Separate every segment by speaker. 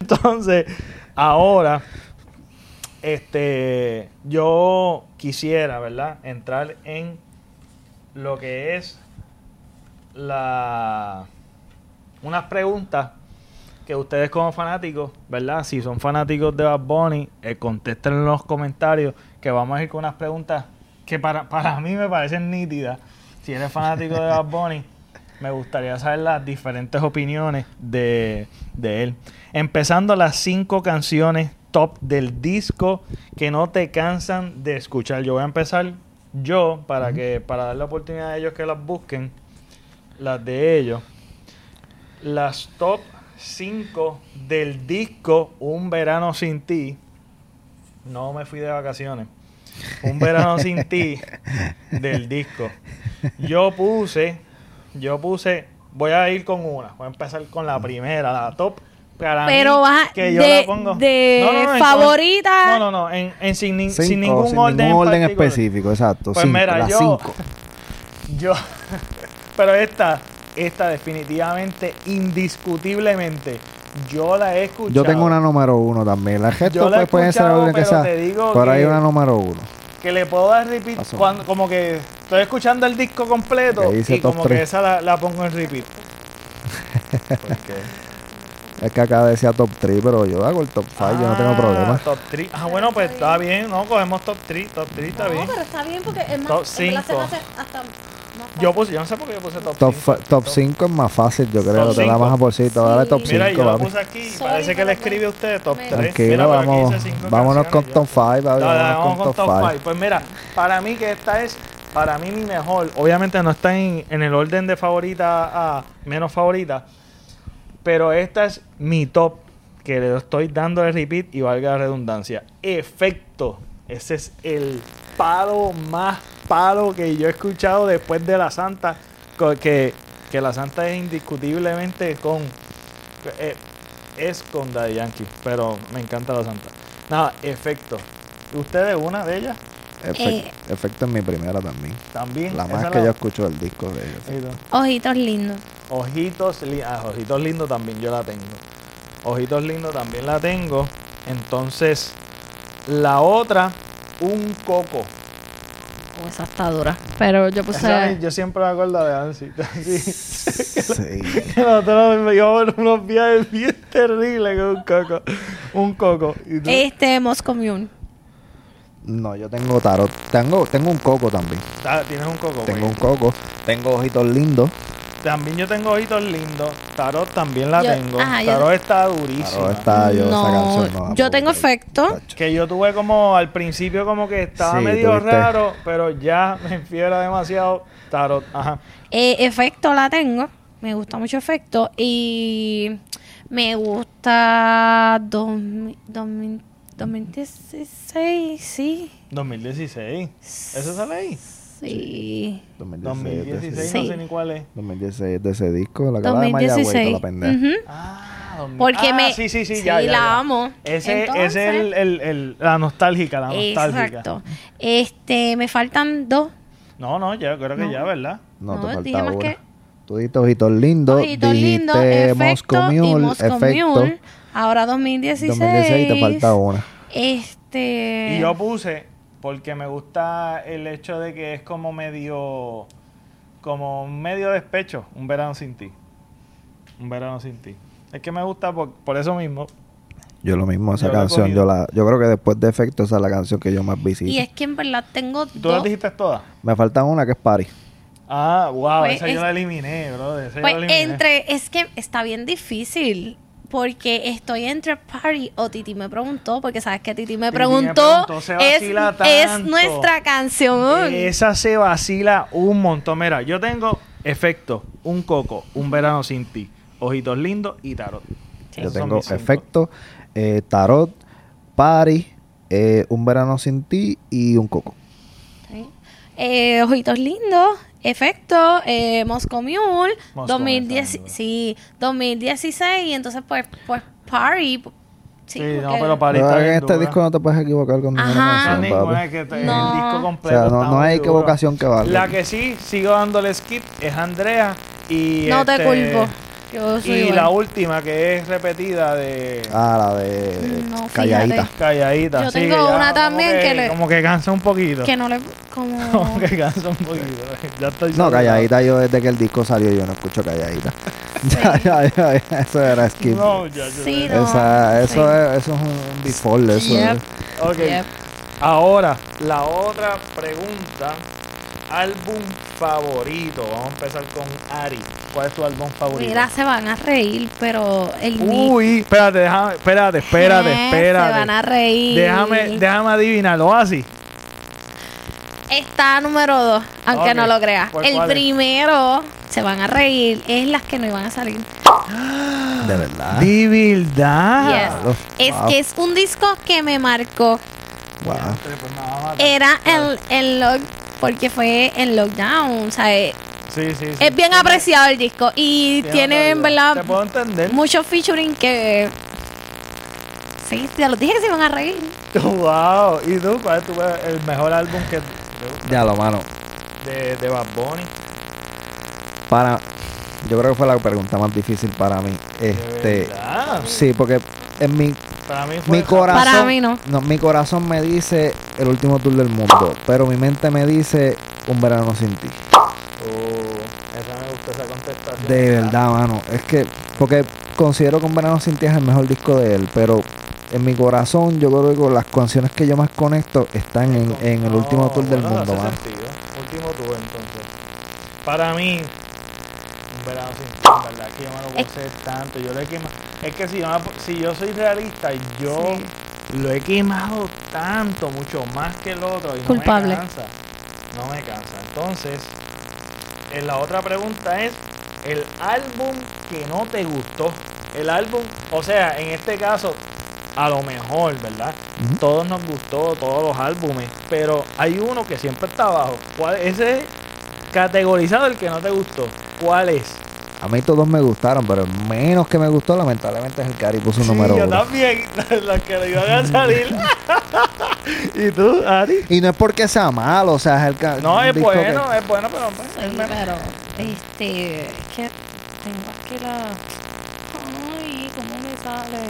Speaker 1: Entonces, ahora, este, yo quisiera, ¿verdad? Entrar en lo que es la unas preguntas que ustedes como fanáticos, ¿verdad? Si son fanáticos de Bad Bunny, eh, contesten en los comentarios que vamos a ir con unas preguntas que para, para mí me parecen nítidas. Si eres fanático de Bad Bunny, me gustaría saber las diferentes opiniones de, de él. Empezando las cinco canciones top del disco que no te cansan de escuchar. Yo voy a empezar yo para que para dar la oportunidad a ellos que las busquen, las de ellos. Las top 5 del disco Un verano sin ti. No me fui de vacaciones. Un verano sin ti del disco. Yo puse, yo puse, voy a ir con una. Voy a empezar con la primera, la top. Para mí,
Speaker 2: Pero vas
Speaker 1: que yo
Speaker 2: de-
Speaker 1: la pongo.
Speaker 2: de
Speaker 1: en-
Speaker 2: favorita.
Speaker 1: No, no, no, en, en sin, nin-
Speaker 3: Cinco,
Speaker 1: sin ningún orden, en particular.
Speaker 3: específico, exacto.
Speaker 1: Pues
Speaker 3: cinco,
Speaker 1: mira,
Speaker 3: las
Speaker 1: yo-
Speaker 3: cinco.
Speaker 1: Yo, pero esta, esta definitivamente, indiscutiblemente, yo la he escuchado.
Speaker 3: Yo tengo una número uno también. La
Speaker 1: Yo
Speaker 3: gesto
Speaker 1: la he
Speaker 3: pues, pueden ser la
Speaker 1: escuchado,
Speaker 3: orden que
Speaker 1: pero
Speaker 3: sea.
Speaker 1: te digo
Speaker 3: Pero hay
Speaker 1: que-
Speaker 3: una número uno.
Speaker 1: que le puedo dar repeat
Speaker 3: Pasó.
Speaker 1: cuando, como que estoy escuchando el disco completo
Speaker 3: Que dice
Speaker 1: y
Speaker 3: top
Speaker 1: como que
Speaker 3: tres.
Speaker 1: esa la, la pongo en repeat.
Speaker 3: Es que acá decía top 3, pero yo hago el top 5, yo no tengo
Speaker 1: Ah,
Speaker 3: problema.
Speaker 1: Top 3. Ah, bueno, pues está bien, ¿no? Cogemos top 3, top 3 está
Speaker 2: no,
Speaker 1: bien.
Speaker 2: pero está bien porque es más.
Speaker 1: Top
Speaker 2: en verdad se me
Speaker 1: cinco.
Speaker 2: hace hasta más
Speaker 1: Yo puse, yo no sé por qué yo puse top 3.
Speaker 3: Top, fa- top 5 es más fácil, yo creo.
Speaker 1: Top
Speaker 3: Te da
Speaker 1: cinco.
Speaker 3: más a bolsito. Dale top
Speaker 2: Sí.
Speaker 3: 5,
Speaker 1: Mira, yo la
Speaker 3: papi.
Speaker 1: puse aquí,
Speaker 2: Sorry,
Speaker 1: parece que le
Speaker 2: perdón.
Speaker 1: escribe usted top 3.
Speaker 3: Tranquilo, vamos, vámonos con top 5,
Speaker 1: Dale,
Speaker 3: vámonos con top 5.
Speaker 1: five. Pues mira, para mí que esta es, para mí mi mejor. Obviamente no está en, en el orden de favorita a menos favorita, pero esta es mi top que le estoy dando de repeat y valga la redundancia. Efecto. Ese es el palo más palo que yo he escuchado después de La Santa, co- que, que La Santa es indiscutiblemente con... eh, es con Daddy Yankee, pero me encanta La Santa. Nada, efecto. ¿Ustedes una de ellas?
Speaker 2: Eh.
Speaker 3: Efecto, efecto es mi primera también.
Speaker 1: También.
Speaker 3: La
Speaker 1: Esa
Speaker 3: más que
Speaker 1: la-
Speaker 3: yo escucho del disco de ellos.
Speaker 1: Ahí está.
Speaker 2: Ojitos lindos.
Speaker 1: Ojitos, li- ah, ojitos lindos también yo la tengo. Ojitos lindos también la tengo. Entonces, la otra, un coco.
Speaker 2: Oh, esa está dura. Pero yo puse.
Speaker 1: Esa- yo siempre me acuerdo de Ansi. Sí.
Speaker 3: Sí.
Speaker 1: Nosotros nos íbamos en unos viajes bien terribles con un coco. Un coco. ¿Y tú?
Speaker 2: Este Moscommune.
Speaker 3: No, yo tengo tarot. Tengo, tengo un coco también.
Speaker 1: Ah, Tienes un coco.
Speaker 3: Tengo
Speaker 1: güey.
Speaker 3: un coco. Tengo ojitos lindos.
Speaker 1: También yo tengo ojitos lindos. Tarot también la
Speaker 2: Yo-
Speaker 1: tengo.
Speaker 2: ajá, yo-
Speaker 1: Tarot está durísima.
Speaker 3: Claro, está yo esa
Speaker 2: No,
Speaker 3: canción. no la
Speaker 2: yo
Speaker 3: puedo
Speaker 2: tengo
Speaker 3: creer.
Speaker 2: efecto.
Speaker 1: Que yo tuve como al principio como que estaba
Speaker 3: Sí,
Speaker 1: medio
Speaker 3: tuviste.
Speaker 1: raro, pero ya me enfiebra demasiado tarot. Ajá.
Speaker 2: Eh, efecto la tengo. Me gusta mucho efecto. Y me gusta dos mi- dos mil- 2016. Sí.
Speaker 1: 2016. ¿Eso sale ahí?
Speaker 2: Sí.
Speaker 3: 2016,
Speaker 1: 2016,
Speaker 2: Sí.
Speaker 1: no sé ni cuál es.
Speaker 3: 2016 de ese disco, la que va de Mayagüez,
Speaker 2: 2016.
Speaker 3: la pendeja.
Speaker 2: Ujú.
Speaker 1: Ah, 2000.
Speaker 2: Porque
Speaker 1: Ah,
Speaker 2: me-
Speaker 1: Sí, sí, sí,
Speaker 2: sí,
Speaker 1: ya, ya,
Speaker 2: la
Speaker 1: ya.
Speaker 2: amo.
Speaker 1: Ese ese es
Speaker 2: Entonces-
Speaker 1: el, el- el- la nostálgica, la nostálgica.
Speaker 2: Exacto. Este, me faltan dos.
Speaker 1: No, no, yo creo que
Speaker 2: No.
Speaker 1: ya, ¿verdad?
Speaker 3: No,
Speaker 2: No, dije
Speaker 3: te falta
Speaker 2: más
Speaker 3: una.
Speaker 2: que-
Speaker 3: Tú dijiste ojitos lindos,
Speaker 2: Ojitos lindos,
Speaker 3: dijiste
Speaker 2: efecto
Speaker 3: Moscow
Speaker 2: y
Speaker 3: Mule,
Speaker 2: Moscow
Speaker 3: efecto.
Speaker 2: Mule. Ahora 2016.
Speaker 3: 2016 te falta una.
Speaker 2: Este.
Speaker 1: Y yo puse, porque me gusta el hecho de que es como medio, como medio despecho, un verano sin ti. Un verano sin ti. Es que me gusta por, por eso mismo.
Speaker 3: Yo lo mismo, esa
Speaker 1: Yo la he
Speaker 3: canción,
Speaker 1: cogido.
Speaker 3: yo la, yo creo que después de efecto esa es la canción que yo más visito.
Speaker 2: Y es que en verdad tengo
Speaker 1: ¿Tú las
Speaker 2: dos.
Speaker 1: dijiste todas?
Speaker 3: Me falta una que es Party.
Speaker 1: Ah, wow,
Speaker 2: Pues
Speaker 1: esa
Speaker 2: es-
Speaker 1: yo la eliminé, bro. Esa
Speaker 2: Pues
Speaker 1: yo la eliminé.
Speaker 2: entre. Es que está bien difícil. Porque estoy entre Party o Titi me preguntó. Porque sabes que Titi
Speaker 1: Titi
Speaker 2: me
Speaker 1: me
Speaker 2: preguntó.
Speaker 1: preguntó, se
Speaker 2: es,
Speaker 1: vacila
Speaker 2: es
Speaker 1: tanto.
Speaker 2: nuestra canción.
Speaker 1: Esa se vacila un montón. Mira, yo tengo efecto, un coco, un verano sin ti, ojitos lindos y tarot.
Speaker 2: Sí.
Speaker 3: Yo
Speaker 1: Esos son
Speaker 3: tengo
Speaker 1: mis cinco.
Speaker 3: efecto, eh, tarot, Party, eh, un verano sin ti y un coco.
Speaker 2: Sí. Eh, ojitos lindos, efecto, eh, Moscow Mule,
Speaker 1: Moscow
Speaker 2: 2010,
Speaker 1: Mule,
Speaker 2: sí, 2016, y entonces pues, pues Party. Sí,
Speaker 1: Sí, no,
Speaker 2: porque-
Speaker 1: pero Party
Speaker 3: Pero
Speaker 1: está
Speaker 3: en
Speaker 1: bien
Speaker 3: este
Speaker 1: dura.
Speaker 3: disco no te puedes equivocar con ninguna
Speaker 2: Ajá.
Speaker 1: No,
Speaker 3: canción,
Speaker 1: ninguna
Speaker 3: papi.
Speaker 1: que te-
Speaker 2: Ah, No.
Speaker 1: el disco
Speaker 3: O
Speaker 1: completo.
Speaker 3: sea, no,
Speaker 1: está
Speaker 3: no
Speaker 1: muy
Speaker 3: hay
Speaker 1: duro.
Speaker 3: equivocación que valga.
Speaker 1: La que sí sigo dándole skip es Andrea y este,
Speaker 2: No te culpo. Yo soy
Speaker 1: Y
Speaker 2: igual.
Speaker 1: la última que es repetida de
Speaker 3: Ah, la de
Speaker 2: No, fíjate.
Speaker 3: calladita.
Speaker 1: calladita.
Speaker 2: Yo
Speaker 1: sí,
Speaker 2: tengo
Speaker 1: ya
Speaker 2: una
Speaker 1: como
Speaker 2: también que le-
Speaker 1: Como que cansa un poquito.
Speaker 2: Que no le...
Speaker 1: Como
Speaker 2: Como...
Speaker 1: que cansa un poquito. Ya estoy
Speaker 3: No,
Speaker 1: saturado.
Speaker 3: calladita yo desde que el disco salió yo no escucho calladita. ya, ya, ya, eso era skip.
Speaker 1: No, ya, ya,
Speaker 2: Sí,
Speaker 1: ya.
Speaker 2: no,
Speaker 3: Esa-
Speaker 2: sí.
Speaker 3: eso, es, eso es un default. Eso
Speaker 2: Yep.
Speaker 3: es.
Speaker 1: Ok.
Speaker 2: Yep.
Speaker 1: Ahora, la otra pregunta. Álbum favorito. Vamos a empezar con Ari. ¿Cuál es tu álbum favorito?
Speaker 2: Mira, se van a reír, pero el mío...
Speaker 1: Uy, espérate, déjame, espérate, espérate,
Speaker 2: Eh,
Speaker 1: espérate.
Speaker 2: Se van a reír.
Speaker 1: Déjame, déjame adivinarlo así.
Speaker 2: Está número dos, aunque
Speaker 1: Ok,
Speaker 2: no lo creas.
Speaker 1: ¿cuál-
Speaker 2: El
Speaker 1: cuál es?
Speaker 2: primero, se van a reír, es las que no iban a salir.
Speaker 3: De verdad.
Speaker 1: De verdad.
Speaker 2: Yes. Es que es un disco que me marcó.
Speaker 3: Wow.
Speaker 2: Era el, el log, porque fue el lockdown. O sea, es,
Speaker 1: Sí, sí, sí.
Speaker 2: es bien apreciado el disco y
Speaker 1: Tiene
Speaker 2: tiene, en
Speaker 1: otra vida.
Speaker 2: verdad,
Speaker 1: Te puedo entender.
Speaker 2: muchos featuring que. Sí, te lo dije que se iban a reír.
Speaker 1: Wow. ¿Y tú? ¿Cuál es tu, el mejor álbum que
Speaker 3: Ya lo mano.
Speaker 1: de, de Bad Bunny?
Speaker 3: Para. Yo creo que fue la pregunta más difícil para mí.
Speaker 1: De
Speaker 3: Este.
Speaker 1: verdad.
Speaker 3: Sí, porque en mi,
Speaker 1: Para mí fue
Speaker 3: mi corazón.
Speaker 2: Para mí no.
Speaker 3: No, mi corazón me dice el último tour del mundo. Pero mi mente me dice un verano sin ti.
Speaker 1: Oh, esa me gusta esa contestación.
Speaker 3: De verdad, mano. Es que, porque considero que Un Verano Sin Ti es el mejor disco de él, pero en mi corazón yo creo que con las canciones que yo más conecto están en, en el
Speaker 1: No,
Speaker 3: último tour del
Speaker 1: bueno,
Speaker 3: mundo,
Speaker 1: hace
Speaker 3: mano.
Speaker 1: sentido. Último tour, entonces. Para mí, un verano sin ti, en verdad, que yo me lo
Speaker 2: Es-
Speaker 1: gocé tanto. Yo lo he quemado. Es que si yo, me- si yo soy realista, yo lo he quemado tanto, mucho más que el otro. Y
Speaker 2: Culpable.
Speaker 1: No me cansa. No me cansa. Entonces, eh, la otra pregunta es: el álbum que no te gustó. El álbum, o sea, en este caso, a lo mejor, ¿verdad?
Speaker 3: Ujú.
Speaker 1: Todos nos gustó, todos los álbumes, pero hay uno que siempre está abajo. ¿Cuál, ese es categorizado el que no te gustó. ¿Cuál es?
Speaker 3: A mí todos me gustaron, pero el menos que me gustó lamentablemente es el Cari puso
Speaker 1: Sí,
Speaker 3: número
Speaker 1: yo
Speaker 3: uno.
Speaker 1: también, los que le iban a salir. ¿Y tú, Ari?
Speaker 3: Y no es porque sea malo, o sea, es el ca-
Speaker 1: No,
Speaker 3: un
Speaker 1: es
Speaker 3: disco que-
Speaker 1: bueno, es bueno, pero hombre,
Speaker 2: Sí,
Speaker 1: es menos.
Speaker 2: pero este es que tengo aquí la ay cómo me sale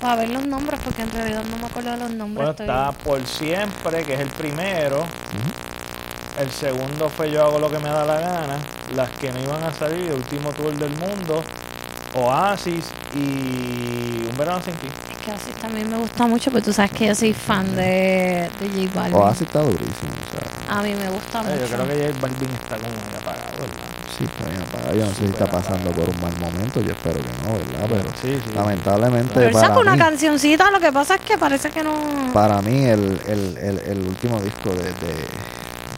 Speaker 2: para ver los nombres porque en realidad no me acuerdo de los nombres
Speaker 1: Bueno,
Speaker 2: estoy-
Speaker 1: está por siempre, que es el primero. El segundo fue yo hago lo que me da la gana. Las que no iban a salir, el último tour del mundo. Oasis y un verano sin ti.
Speaker 2: es que así también me gusta mucho pero tú sabes que yo soy fan de, de J Balvin
Speaker 3: Ujú. Oasis está durísimo, o sea,
Speaker 2: a mí me gusta
Speaker 1: Eh,
Speaker 2: Ah, mucho
Speaker 1: Yo creo que ya el Balvin está como muy apagado, ¿verdad?
Speaker 3: sí, pues, está bien apagado. Yo no sé si está pasando por un mal momento, yo espero que no, ¿verdad? Ah, Pero
Speaker 1: sí, sí.
Speaker 3: lamentablemente
Speaker 2: pero él
Speaker 3: para
Speaker 2: sacó una
Speaker 3: mí-
Speaker 2: cancioncita lo que pasa es que parece que no
Speaker 3: Para mí, el, el, el, el último disco de, de,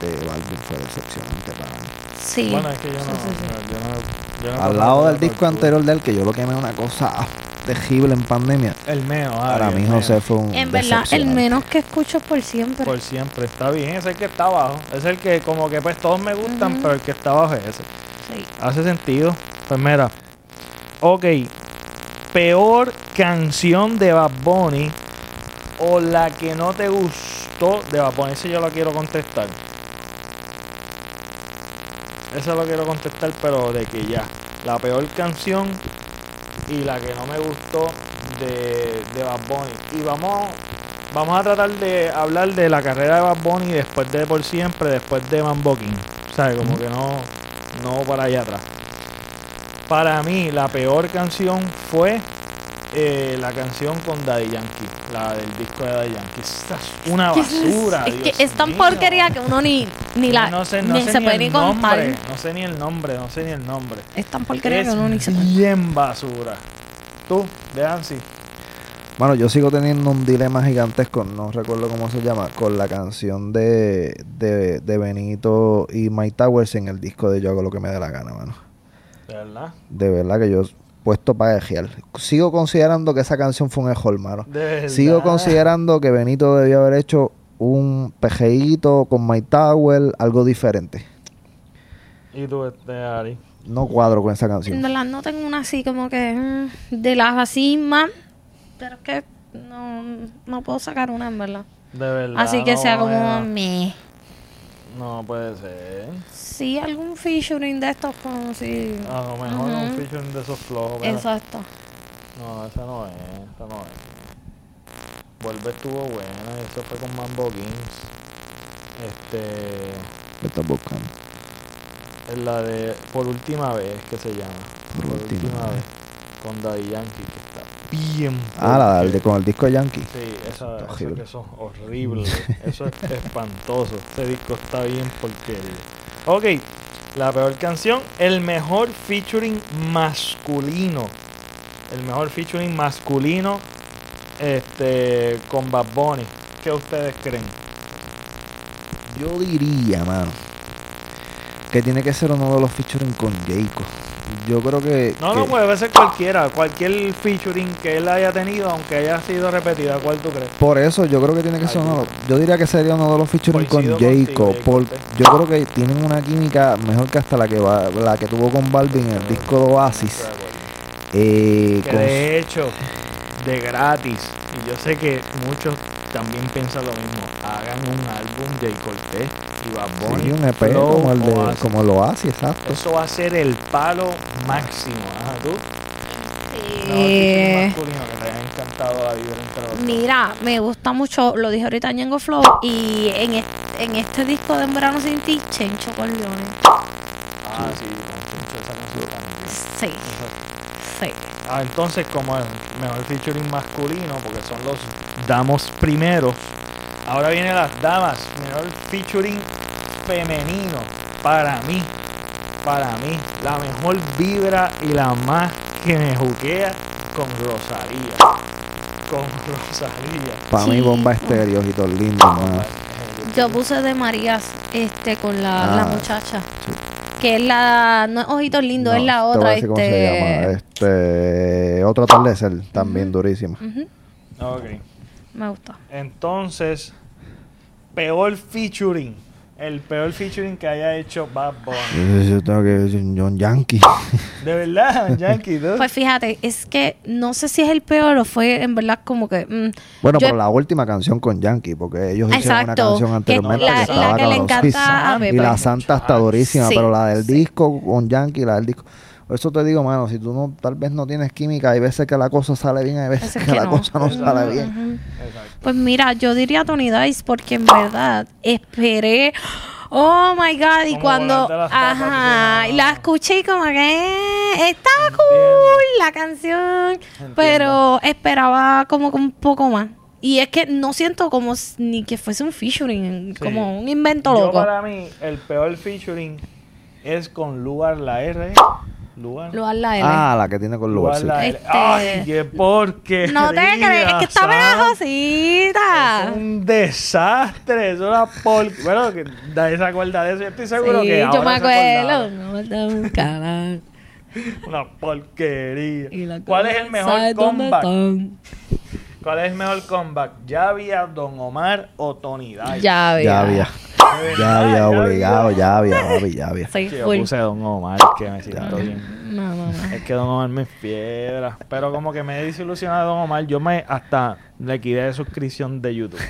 Speaker 3: de Balvin fue decepcionante para mí.
Speaker 2: sí
Speaker 1: Bueno, es que yo no.
Speaker 2: Sí, sí, sí.
Speaker 1: yo no- yo no-
Speaker 3: Al lado del disco anterior del que yo lo quemé una cosa terrible en pandemia,
Speaker 1: El meo, ah,
Speaker 3: para
Speaker 1: el
Speaker 3: mí
Speaker 1: meo.
Speaker 3: José fue un.
Speaker 2: en verdad el
Speaker 3: decepcionante.
Speaker 2: menos que escucho por siempre
Speaker 1: Por siempre, está bien, es el que está abajo. Es el que, como que, pues todos me gustan,
Speaker 2: Ujú.
Speaker 1: pero el que está abajo es ese.
Speaker 2: sí.
Speaker 1: Hace sentido. Pues mira, ok, peor canción de Bad Bunny o la que no te gustó de Bad Bunny. Ese yo la quiero contestar. Esa la quiero contestar, pero de que ya. La peor canción y la que no me gustó de, de Bad Bunny. Y vamos, vamos a tratar de hablar de la carrera de Bad Bunny después de Por Siempre, después de Mambo King. ¿Sabes? Como
Speaker 3: Ujú.
Speaker 1: que no, no para allá atrás. Para mí, la peor canción fue eh, la canción con Daddy Yankee, la del disco de Daddy Yankee. Esa es una
Speaker 2: Que eso es-
Speaker 1: basura.
Speaker 2: es,
Speaker 1: Dios
Speaker 2: que es tan
Speaker 1: mío.
Speaker 2: porquería que uno ni, ni la
Speaker 1: no sé, no
Speaker 2: ni
Speaker 1: sé
Speaker 2: se
Speaker 1: ni
Speaker 2: puede
Speaker 1: el
Speaker 2: ni contar
Speaker 1: nombre, no sé ni el nombre, no sé ni el nombre.
Speaker 2: es tan porquería que
Speaker 1: es
Speaker 2: uno ni se puede
Speaker 1: bien basura. Tú, de Ansi.
Speaker 3: Bueno, yo sigo teniendo un dilema gigantesco, no recuerdo cómo se llama, con la canción de, de, de Benito y Mike Towers en el disco de Yo hago lo que me dé la gana, mano.
Speaker 1: ¿De verdad?
Speaker 3: De verdad que yo puesto para ejear. Sigo considerando que esa canción fue un error, mano.
Speaker 1: De verdad.
Speaker 3: Sigo considerando que Benito debió haber hecho un pejeíto con My Tower, algo diferente.
Speaker 1: Y tú, este, Ari.
Speaker 3: No cuadro con esa
Speaker 2: En
Speaker 3: canción.
Speaker 2: verdad no tengo una así como que mm, de las así más, pero es que no, no puedo sacar una en verdad.
Speaker 1: De verdad.
Speaker 2: Así que
Speaker 1: no,
Speaker 2: sea como
Speaker 1: no.
Speaker 2: me.
Speaker 1: No puede ser.
Speaker 2: Sí, algún featuring de estos como si...
Speaker 1: A lo mejor
Speaker 2: Ujú.
Speaker 1: un featuring de esos flojos. mira.
Speaker 2: Exacto.
Speaker 1: Ah, No, esa no es, esa no es. Vuelve estuvo buena, eso fue con Mambo Kings. Este,
Speaker 3: Lo estás buscando.
Speaker 1: es la de Por Última Vez que se llama.
Speaker 3: Por Última Vez.
Speaker 1: Con Daddy Yankee, que está bien.
Speaker 3: Ah, la,
Speaker 1: porquería.
Speaker 3: de- con el disco de Yankee.
Speaker 1: Sí, esa,
Speaker 3: Está
Speaker 1: eso
Speaker 3: horrible.
Speaker 1: que son horribles. Eso es espantoso. Este disco está bien porquería. Ok, la peor canción, el mejor featuring masculino. El mejor featuring masculino este, con Bad Bunny. ¿Qué ustedes creen?
Speaker 3: Yo diría, mano, que tiene que ser uno de los featuring con Jayco. Yo creo que.
Speaker 1: No,
Speaker 3: que-
Speaker 1: no, puede ser cualquiera. Cualquier featuring que él haya tenido, aunque haya sido repetida. ¿Cuál tú crees?
Speaker 3: Por eso yo creo que tiene que ser
Speaker 1: Ay,
Speaker 3: uno. de los- Yo diría que sería uno de los featuring con
Speaker 1: Coincido
Speaker 3: Jayco.
Speaker 1: contigo,
Speaker 3: por-
Speaker 1: Jacob.
Speaker 3: Yo creo que tienen una química mejor que hasta la que va, la que tuvo con Balvin en el disco de Oasis. Eh,
Speaker 1: Que
Speaker 3: con-
Speaker 1: de hecho, de gratis. Y yo sé que muchos también piensan lo mismo. Hagan un álbum de Cortés y Bad Bunny.
Speaker 3: sí, un EP
Speaker 1: Flow,
Speaker 3: como el de,
Speaker 1: Oasis.
Speaker 3: como el Oasis, exacto.
Speaker 1: Eso va a ser el palo máximo. Ajá, tú. No,
Speaker 2: Eh,
Speaker 1: sí, sí, masculino, que te haya encantado la vibra entre los dos.
Speaker 2: Mira, me gusta mucho, lo dije ahorita Ñengo Flow, y en este, en este disco de En Verano Sin Ti, Chencho Corleone.
Speaker 1: Ah, sí, con esa música también.
Speaker 2: Sí,
Speaker 1: Eso.
Speaker 2: sí.
Speaker 1: Ah, entonces, como el mejor featuring masculino, porque son los damos primero. Ahora vienen las damas. Mejor featuring femenino. Para mí, para mí, la mejor vibra y la más que me juquea con Rosalía. Con Rosalía.
Speaker 3: Para mí,
Speaker 2: Sí,
Speaker 3: bomba
Speaker 2: bueno.
Speaker 3: estéreo y todo lindo, mano.
Speaker 2: Yo puse de Marías este, con la, la
Speaker 3: Ah,
Speaker 2: muchacha,
Speaker 3: sí.
Speaker 2: que es la, no es Ojitos Lindos, es
Speaker 3: No,
Speaker 2: la
Speaker 3: te voy a
Speaker 2: otra.
Speaker 3: decir cómo se
Speaker 2: este,
Speaker 3: llama, este, otro atardecer, también durísima.
Speaker 2: ujú,
Speaker 1: Ok.
Speaker 2: me gustó.
Speaker 1: Entonces, peor featuring. El peor featuring que haya hecho Bad Bunny.
Speaker 3: Yo, yo tengo que decir John Yankee.
Speaker 1: De verdad, Yankee, dude.
Speaker 2: Pues fíjate, es que no sé si es el peor o fue en verdad como que... mm,
Speaker 3: Bueno,
Speaker 2: yo-
Speaker 3: pero la última canción con Yankee, porque ellos hicieron una
Speaker 2: Exacto,
Speaker 3: canción
Speaker 2: que
Speaker 3: anteriormente
Speaker 1: la-
Speaker 3: que estaba
Speaker 1: la que le
Speaker 3: cabroncísima.
Speaker 2: encanta a
Speaker 3: Y la
Speaker 2: Pepe.
Speaker 3: santa está durísima,
Speaker 2: Sí,
Speaker 3: pero la del
Speaker 2: sí.
Speaker 3: disco con Yankee, la del disco. Por eso te digo, mano, si tú no, tal vez no tienes química, hay veces que la cosa sale bien, hay veces
Speaker 2: Veces
Speaker 3: que
Speaker 2: que
Speaker 3: la
Speaker 2: no.
Speaker 3: cosa no
Speaker 1: Exacto.
Speaker 3: sale bien.
Speaker 2: ujú.
Speaker 1: Exacto.
Speaker 2: Pues mira, yo diría Tony Dice porque en verdad esperé. Oh my god, y
Speaker 1: Como
Speaker 2: cuando
Speaker 1: volante a las papas,
Speaker 2: ajá,
Speaker 1: sí,
Speaker 2: y
Speaker 1: no.
Speaker 2: la escuché y como que "Eh, está
Speaker 1: Entiendo.
Speaker 2: cool la canción, pero esperaba como que un poco más. Y es que no siento como s- ni que fuese un featuring,
Speaker 1: Sí.
Speaker 2: como un invento
Speaker 1: Yo
Speaker 2: loco.
Speaker 1: para mí, el peor featuring es con Lugar la R. Lugar.
Speaker 2: Lo la L.
Speaker 3: Ah, la que tiene con Lugar.
Speaker 1: Lugar
Speaker 3: sí.
Speaker 1: la
Speaker 2: Este-
Speaker 1: L. Ay, qué porquería.
Speaker 2: no te crees, es que está
Speaker 1: ¿sabes?
Speaker 2: pegajosita.
Speaker 1: Es un desastre, es una por... Bueno, que nadie se acuerda de eso. Yo estoy seguro
Speaker 2: Sí,
Speaker 1: que ahora
Speaker 2: yo me
Speaker 1: se acordará.
Speaker 2: acuerdo. No, está un carajo.
Speaker 1: Una porquería.
Speaker 2: Y la
Speaker 1: ¿Cuál
Speaker 2: cosa,
Speaker 1: es el mejor
Speaker 2: ¿sabes dónde
Speaker 1: comeback?
Speaker 2: están?
Speaker 1: ¿Cuál es el mejor comeback? ¿Ya había Don Omar o Tony Dice?
Speaker 2: Ya había.
Speaker 3: Ya había, ya
Speaker 1: Ah,
Speaker 3: había
Speaker 1: ya
Speaker 3: obligado,
Speaker 1: había.
Speaker 3: ya había, papi, ya había.
Speaker 2: Soy
Speaker 1: Yo
Speaker 2: full.
Speaker 1: puse Don Omar, que me siento bien.
Speaker 2: No, no, no.
Speaker 1: Es que Don Omar me piedra. Pero como que me he desilusionado de Don Omar. Yo me hasta le quité de suscripción de YouTube.